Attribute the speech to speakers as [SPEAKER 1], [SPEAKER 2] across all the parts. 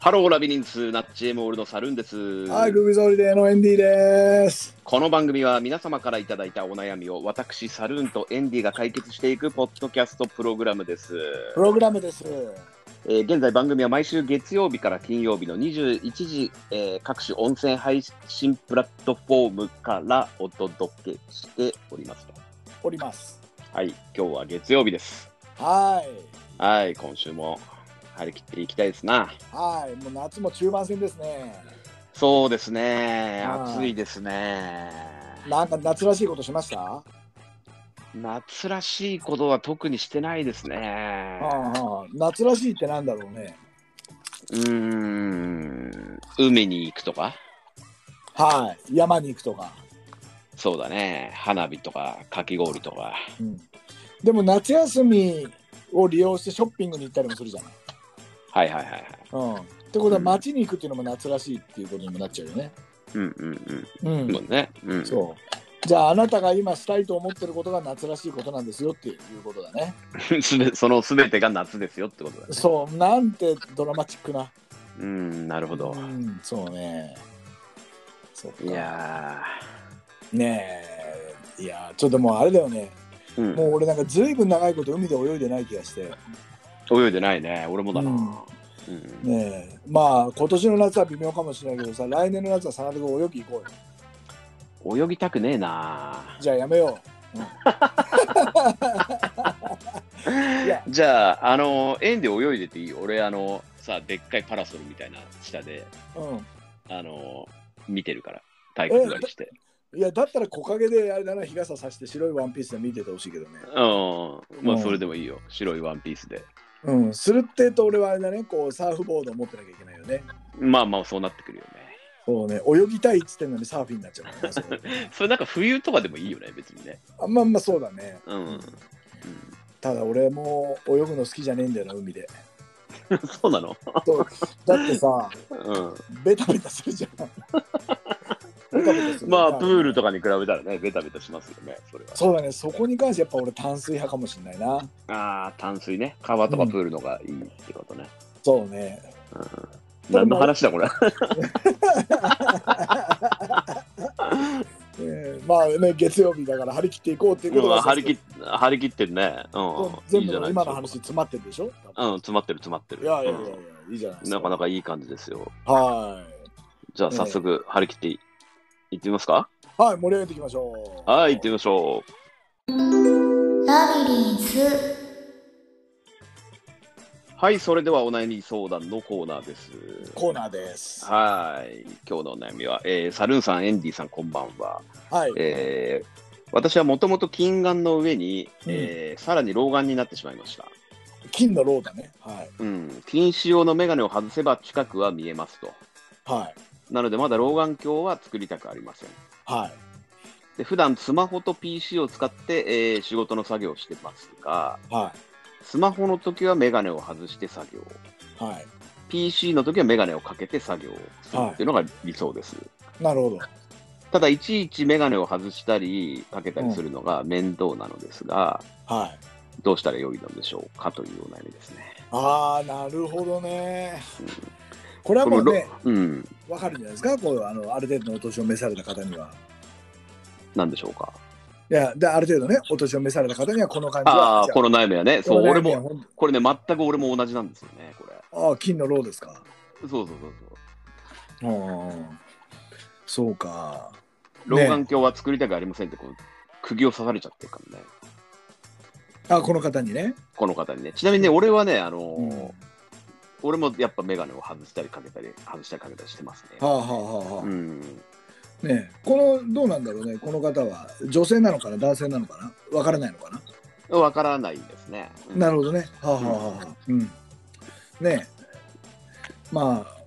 [SPEAKER 1] ハローラビリンスナッチエモールのサルンです。
[SPEAKER 2] はい、グビゾリデーのエンディです。
[SPEAKER 1] この番組は皆様からいただいたお悩みを私サルーンとエンディが解決していくポッドキャストプログラムです。
[SPEAKER 2] プログラムです。
[SPEAKER 1] えー現在番組は毎週月曜日から金曜日の21時、えー各種音声配信プラットフォームからお届けしておりますと。
[SPEAKER 2] おります。
[SPEAKER 1] はい、今日は月曜日です。
[SPEAKER 2] はい。
[SPEAKER 1] はい、今週も張り切っていきたいですな。
[SPEAKER 2] はい、もう夏も中盤戦ですね。
[SPEAKER 1] そうですね、
[SPEAKER 2] はい
[SPEAKER 1] 暑いですね。
[SPEAKER 2] なんか夏らしいことしました。
[SPEAKER 1] 夏らしいことは特にしてないですね。
[SPEAKER 2] うんうん、夏らしいってなんだろうね。
[SPEAKER 1] うーん、海に行くとか、
[SPEAKER 2] はい、山に行くとか。
[SPEAKER 1] そうだね、花火とか、かき氷とか。
[SPEAKER 2] うん。でも夏休みを利用してショッピングに行ったりもするじゃない。
[SPEAKER 1] はいはいはいはい。
[SPEAKER 2] うん。ってことは街に行くっていうのも夏らしいっていうことにもなっちゃうよね。
[SPEAKER 1] うんうん
[SPEAKER 2] う。
[SPEAKER 1] うん。そうんだね。うん。
[SPEAKER 2] そう。じゃああなたが今したいと思ってることが夏らしいことなんですよっていうことだね。
[SPEAKER 1] すべそのすべてが夏ですよってことだね。
[SPEAKER 2] そう、なんてドラマチックな。
[SPEAKER 1] うん、なるほど
[SPEAKER 2] う。ん、そうね。そっか
[SPEAKER 1] いや
[SPEAKER 2] ねえ。いや、ちょっともうあれだよね。
[SPEAKER 1] ー、うん
[SPEAKER 2] もう俺なんかずいぶん長いこと海で泳いでない気がして。
[SPEAKER 1] 泳いでないね、俺もだな。
[SPEAKER 2] う
[SPEAKER 1] うんん
[SPEAKER 2] ねえ。まあ今年の夏は微妙かもしれないけどさ、来年の夏はサナで泳ぎ行こうよ。
[SPEAKER 1] 泳ぎたくねえな。
[SPEAKER 2] じゃあやめよや
[SPEAKER 1] じゃあ、あの、園で泳いでていい俺、あの、さ、でっかいパラソルみたいな下で、
[SPEAKER 2] う。う
[SPEAKER 1] あの、見てるから、体育座りして。
[SPEAKER 2] ん。いや、だったら木陰であれだな、日傘さして白いワンピースで見ててほしいけどね。
[SPEAKER 1] うん、ま
[SPEAKER 2] う
[SPEAKER 1] あ、
[SPEAKER 2] ん
[SPEAKER 1] それでもいいよ。白いワンピースで。
[SPEAKER 2] うん。するってえと俺はあれだね、こうサーフボードを持ってなきゃいけないよね。
[SPEAKER 1] まあまあ、そうなってくるよね。
[SPEAKER 2] そうね、泳ぎたいっつってんのにサーフィンになっちゃうからねそれ
[SPEAKER 1] それなんか冬とかでもいいよね、別にね。
[SPEAKER 2] あまあまあそうだね。
[SPEAKER 1] うん。うん
[SPEAKER 2] ただ俺もう泳ぐの好きじゃねえんだよな海 で
[SPEAKER 1] そうなの
[SPEAKER 2] そうだってさ
[SPEAKER 1] う
[SPEAKER 2] ベタベタす るじゃんベタベタす
[SPEAKER 1] ん。
[SPEAKER 2] る
[SPEAKER 1] まあ、プールと
[SPEAKER 2] か
[SPEAKER 1] かに比べたらね、ベタベタしますよね、それは。
[SPEAKER 2] そうだねそこに関してやっぱ俺淡水派かもしれないな
[SPEAKER 1] ああ、淡水ね。川とかプールのがいいってことね。
[SPEAKER 2] そうね
[SPEAKER 1] うん。
[SPEAKER 2] でも
[SPEAKER 1] 何の話だ、これ。
[SPEAKER 2] えーまあね月曜日だから張り切っていこうっていうこと
[SPEAKER 1] う
[SPEAKER 2] が
[SPEAKER 1] ん張り切っ張り切ってるね。うん。い
[SPEAKER 2] 全
[SPEAKER 1] いじ
[SPEAKER 2] 部
[SPEAKER 1] ゃないでしょう
[SPEAKER 2] の今の
[SPEAKER 1] か
[SPEAKER 2] 話詰まってるでしょ
[SPEAKER 1] う
[SPEAKER 2] 多
[SPEAKER 1] ん、詰まってる、詰まって
[SPEAKER 2] 分
[SPEAKER 1] る。
[SPEAKER 2] いやいやいやいや
[SPEAKER 1] う
[SPEAKER 2] いいじゃないで
[SPEAKER 1] ん
[SPEAKER 2] す
[SPEAKER 1] なか
[SPEAKER 2] か
[SPEAKER 1] なかいい感じですよ。
[SPEAKER 2] はい
[SPEAKER 1] じゃあ、早速、張り切ってい行ってみますか
[SPEAKER 2] はい盛り上げていきましょう
[SPEAKER 1] はい、行ってみましょう。
[SPEAKER 3] ラビリンス
[SPEAKER 1] はい、それではお悩み相談のコーナーです。
[SPEAKER 2] コーナーですは
[SPEAKER 1] はい、今日のお悩みは、えーサルーンさん、エンディさん、こんばんは。
[SPEAKER 2] い
[SPEAKER 1] えー私はもともと近眼の上に、
[SPEAKER 2] うん
[SPEAKER 1] えーさらに老眼になってしまいました。
[SPEAKER 2] 金のローだねはい
[SPEAKER 1] うん、近視用の眼鏡を外せば近くは見えますと。
[SPEAKER 2] はい
[SPEAKER 1] なので、まだ老眼鏡は作りたくありません。
[SPEAKER 2] はい
[SPEAKER 1] で普段スマホと PC を使って、えー仕事の作業をしてますが、
[SPEAKER 2] は
[SPEAKER 1] スマホの時は眼鏡を外して作業、
[SPEAKER 2] いは
[SPEAKER 1] PC の時は眼鏡をかけて作業をするっていうのが理想です。
[SPEAKER 2] いなるほど
[SPEAKER 1] ただ、いちいち眼鏡を外したり、かけたりするのが面倒なのですが、
[SPEAKER 2] はい
[SPEAKER 1] どうしたら良いのでしょうかというお悩みですね。
[SPEAKER 2] ああなるほどね。これはもうね
[SPEAKER 1] このろうん、
[SPEAKER 2] わかるんじゃないですかこうあのある程度のお年を召された方には。
[SPEAKER 1] なんでしょうか。
[SPEAKER 2] いやである程度ねお年を召された方にはこの感じは。
[SPEAKER 1] ああ、
[SPEAKER 2] じゃ
[SPEAKER 1] この悩みはね、そう、
[SPEAKER 2] この
[SPEAKER 1] 俺
[SPEAKER 2] 悩みは
[SPEAKER 1] も、
[SPEAKER 2] ほん
[SPEAKER 1] これね、全く俺も同じなんですよね、これ。
[SPEAKER 2] ああ金のローですか。
[SPEAKER 1] そうそうそうそう。
[SPEAKER 2] うん。そうか。
[SPEAKER 1] 老眼鏡は作りたくありませんって、こう、釘を刺されちゃってるからね、
[SPEAKER 2] あこの方にね。
[SPEAKER 1] この方にね。ちなみにね、俺はね、あのー
[SPEAKER 2] うん
[SPEAKER 1] 俺もやっぱ眼鏡を外したりかけたり、外したりかけたりしてます
[SPEAKER 2] は
[SPEAKER 1] ね。
[SPEAKER 2] あはあはあはあ。
[SPEAKER 1] うん、
[SPEAKER 2] ねえこのどうなんだろうねこの方は女性なのかな男性なのかなわからないのかな。
[SPEAKER 1] わからないですね。うん
[SPEAKER 2] なるほどね。はあ、はあはあ、うん。ねえ。まあ、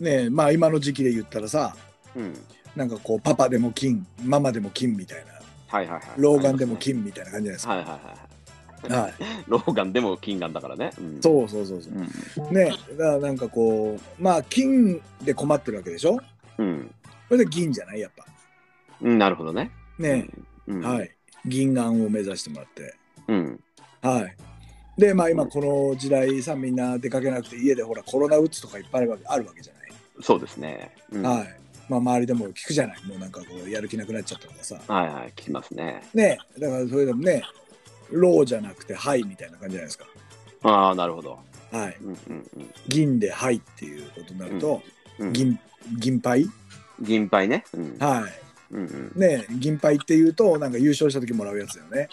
[SPEAKER 2] ねえ、まあ今の時期で言ったらさ、
[SPEAKER 1] うん。
[SPEAKER 2] なんかこう、パパでも金、ママでも金みたいな、
[SPEAKER 1] はいはいはい。
[SPEAKER 2] 老眼でも金みたいな感じじゃないですか。
[SPEAKER 1] はいはいはい
[SPEAKER 2] はい。
[SPEAKER 1] 老眼でも金眼だからね。うん、
[SPEAKER 2] そうそうそうそう
[SPEAKER 1] うん。
[SPEAKER 2] う。ねえ、だからなんかこう、まあ金で困ってるわけでしょ
[SPEAKER 1] うん。
[SPEAKER 2] それで銀じゃないやっぱ。
[SPEAKER 1] うん、なるほどね。
[SPEAKER 2] ね
[SPEAKER 1] うん、。
[SPEAKER 2] え、はいい。銀眼を目指してもらって。
[SPEAKER 1] うん。
[SPEAKER 2] はい。でまあ今この時代さみんな出かけなくて家でほらコロナうつとかいっぱいあるわけあるわけじゃない、
[SPEAKER 1] そうですね。うんは
[SPEAKER 2] はいまあ周りでも聞くじゃないもうなんかこうやる気なくなっちゃったとかさ
[SPEAKER 1] いはい、聞きますね。
[SPEAKER 2] ねだからそれでもねローじゃなくて「はい」みたいな感じじゃないですか
[SPEAKER 1] ああ、なるほど。
[SPEAKER 2] はい
[SPEAKER 1] うんうんうん
[SPEAKER 2] 銀で「はい」っていうことになると、
[SPEAKER 1] うん。
[SPEAKER 2] 銀銀杯
[SPEAKER 1] 銀杯ね。うん。
[SPEAKER 2] は
[SPEAKER 1] うんうん
[SPEAKER 2] いね銀杯っていうとなんか優勝した時もらうやつだよね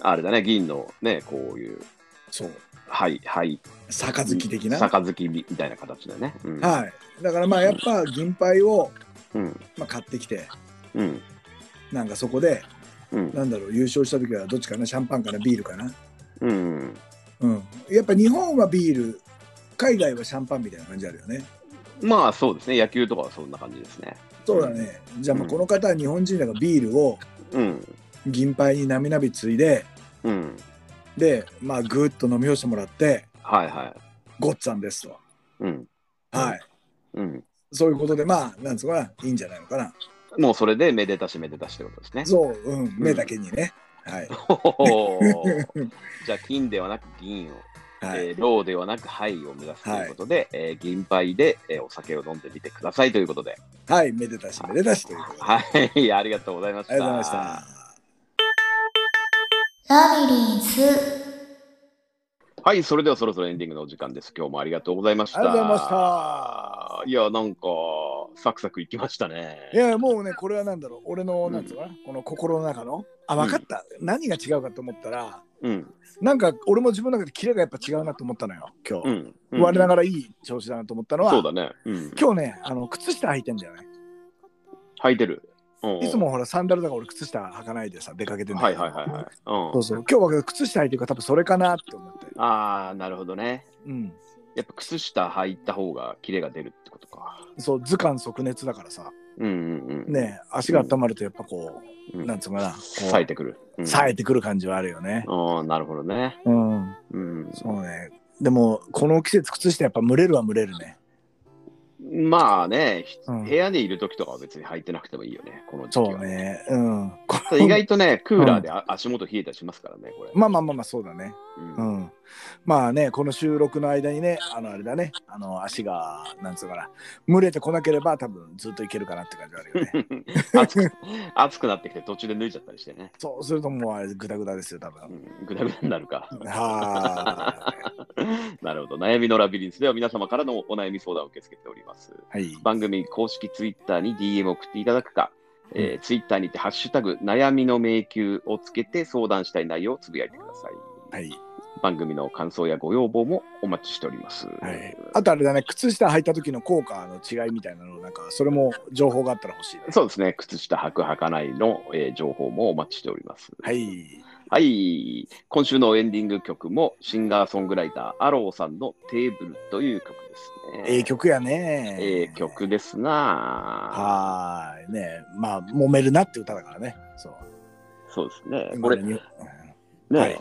[SPEAKER 1] あれだね、銀のね、こういう、
[SPEAKER 2] そう
[SPEAKER 1] はい、はい。
[SPEAKER 2] 杯的な、
[SPEAKER 1] 杯みたいな形だよね。うん。
[SPEAKER 2] はいだからまあやっぱ銀杯を、
[SPEAKER 1] うん。
[SPEAKER 2] まあ、買ってきて
[SPEAKER 1] うん。
[SPEAKER 2] なんかそこで
[SPEAKER 1] うん。
[SPEAKER 2] なんだろう優勝した時はどっちかなシャンパンかなビールかな
[SPEAKER 1] うん。
[SPEAKER 2] うんやっぱ日本はビール海外はシャンパンみたいな感じあるよね
[SPEAKER 1] まあそうですね、野球とかはそんな感じですね。
[SPEAKER 2] そうだねじゃあまあ
[SPEAKER 1] うん
[SPEAKER 2] この方は日本人だからビールを
[SPEAKER 1] うん。
[SPEAKER 2] 銀杯になみなびついで
[SPEAKER 1] うん。
[SPEAKER 2] でまあぐーっと飲み干してもらって
[SPEAKER 1] はいはい。
[SPEAKER 2] ごっつぁんですと
[SPEAKER 1] うん。
[SPEAKER 2] はい
[SPEAKER 1] うん。
[SPEAKER 2] そういうことでまあなんつうのかないいんじゃないのかな
[SPEAKER 1] もうそれでめでたしめでたしってことですね。
[SPEAKER 2] そううん目だけにね、はい
[SPEAKER 1] ほほほ じゃあ金ではなく銀を、
[SPEAKER 2] は い、
[SPEAKER 1] えーローではなくハイを目指すということで、えー銀杯で、えーお酒を飲んでみてくださいということで。
[SPEAKER 2] はいめでたしめでたしということであ
[SPEAKER 1] はい、 ありがとうございました。
[SPEAKER 2] りがとうございました
[SPEAKER 3] ラビリンス
[SPEAKER 1] はい、それではそろそろエンディングのお時間です。今日もありがとうございました。
[SPEAKER 2] ありがとうございまし
[SPEAKER 1] あーいや、なんか、サクサクいきましたね。
[SPEAKER 2] いやもうねこれは何だろう俺のなんつうのかな、この心の中のあ分かった、何が違うかと思ったら
[SPEAKER 1] うん、
[SPEAKER 2] なんか俺も自分の中でキレがやっぱ違うなと思ったのよ今
[SPEAKER 1] う
[SPEAKER 2] 日、
[SPEAKER 1] ん。うん
[SPEAKER 2] 我ながらいい調子だなと思ったのは
[SPEAKER 1] そうだね。うん。
[SPEAKER 2] 今日ねあの靴下履いてんだよね
[SPEAKER 1] 履いてる。うんうん
[SPEAKER 2] いつもほらサンダルだから俺靴下履かないでさ出かけてんだ
[SPEAKER 1] は
[SPEAKER 2] け
[SPEAKER 1] い
[SPEAKER 2] ど
[SPEAKER 1] はいはいはい。、
[SPEAKER 2] そううんそう今日は靴下履いてるから多分それかなって思って
[SPEAKER 1] ああ、なるほどね。
[SPEAKER 2] うん
[SPEAKER 1] やっぱ靴下履いた方がキレが出るってことか。
[SPEAKER 2] そう図鑑即熱だからさ
[SPEAKER 1] うんうんうん。
[SPEAKER 2] ね足が温まるとやっぱこう、
[SPEAKER 1] うん
[SPEAKER 2] なんつうのかなこう
[SPEAKER 1] 冴えてくる。うん、
[SPEAKER 2] 冴えてくる感じはあるよね
[SPEAKER 1] ああ、なるほどね。
[SPEAKER 2] うん
[SPEAKER 1] うん。
[SPEAKER 2] そうね。でも、この季節、靴下やっぱ蒸れるは蒸れるね。
[SPEAKER 1] まあね、ひ
[SPEAKER 2] うん
[SPEAKER 1] 部屋にいる時とかは別に履いてなくてもいいよね。この時期
[SPEAKER 2] そ
[SPEAKER 1] は
[SPEAKER 2] う。ね。うん。こ
[SPEAKER 1] ただ意外とね、クーラーであ足元冷えたりしますからね、これ。
[SPEAKER 2] まあまあまあまあ、そうだね。
[SPEAKER 1] うん
[SPEAKER 2] うん。まあね、この収録の間にね、あの、あれだね、あの、足が、なんつうのかな、蒸れてこなければ、多分ずっといけるかなって感じはあるよね。
[SPEAKER 1] 暑く暑くなってきて途中で脱いちゃったりしてね。
[SPEAKER 2] そうするともう、あれ、グダグダですよ、多
[SPEAKER 1] う
[SPEAKER 2] 分。
[SPEAKER 1] ん、ぐだぐだになるか。
[SPEAKER 2] は
[SPEAKER 1] なるほど。悩みのラビリンスでは皆様からのお悩み相談を受け付けており ます。
[SPEAKER 2] ーい。はい。
[SPEAKER 1] 番組公式ツイッターに DM を送っていただくか、えーツイッターにてハッシュタグ悩みの迷宮をつけて相談したい内容をつぶやいてください。
[SPEAKER 2] はい。
[SPEAKER 1] 番組の感想やご要望もお待ちしております。
[SPEAKER 2] はい。あとあれだね、靴下履いた時の効果の違いみたいなの、なんか、それも情報があったら欲しいね。
[SPEAKER 1] そうですね。靴下履く履かないの、えー情報もお待ちしております。
[SPEAKER 2] はい。
[SPEAKER 1] はい。今週のエンディング曲もシンガーソングライター、アローさんのテーブルという曲ですね。
[SPEAKER 2] ええ曲やね。
[SPEAKER 1] ええ曲ですなぁ
[SPEAKER 2] はーいねまあ揉めるなって歌だからねそう
[SPEAKER 1] そうですね。こ
[SPEAKER 2] 今
[SPEAKER 1] れ、
[SPEAKER 2] ね
[SPEAKER 1] ね、
[SPEAKER 2] にはい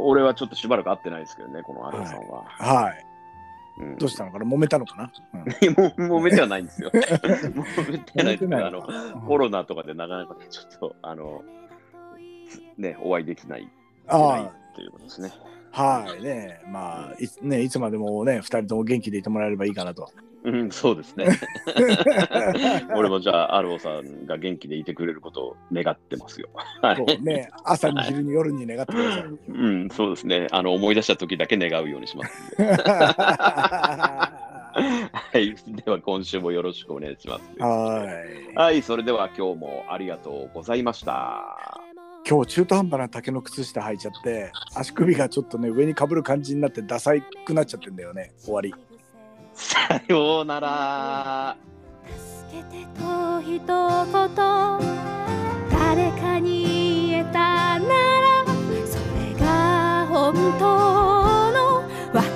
[SPEAKER 1] 俺はちょっとしばらく会ってないですけどね、このアローさんは。
[SPEAKER 2] はい
[SPEAKER 1] うん
[SPEAKER 2] どうしたのかな揉めたのかな、うん
[SPEAKER 1] いや もう揉めてはないんです よ。揉めてないですけど、あの、コ
[SPEAKER 2] ロ
[SPEAKER 1] ロナとかでなかなかねちょっと、あの、ね、お会いできない、ない
[SPEAKER 2] あ
[SPEAKER 1] っていうことですね。
[SPEAKER 2] あはいねまあいつねいつまでもね二人とも元気でいてもらえればいいかなと
[SPEAKER 1] うん、そうですね。 俺もじゃあ、アローさんが元気でいてくれることを願ってますよ。はい。
[SPEAKER 2] そうね朝に昼に夜に願ってください、
[SPEAKER 1] うん、そうですね。あの、思い出した時だけ願うようにします。 はい。では、今週もよろしくお願いします。
[SPEAKER 2] はい
[SPEAKER 1] はい、それでは今日もありがとうございました。
[SPEAKER 2] 今日中途半端な竹の靴下履いちゃって足首がちょっとね上にかぶる感じになってダサいくなっちゃってんだよね終わり
[SPEAKER 1] さようなら。
[SPEAKER 4] 助けてと一言誰かに言えたならそれが本当の私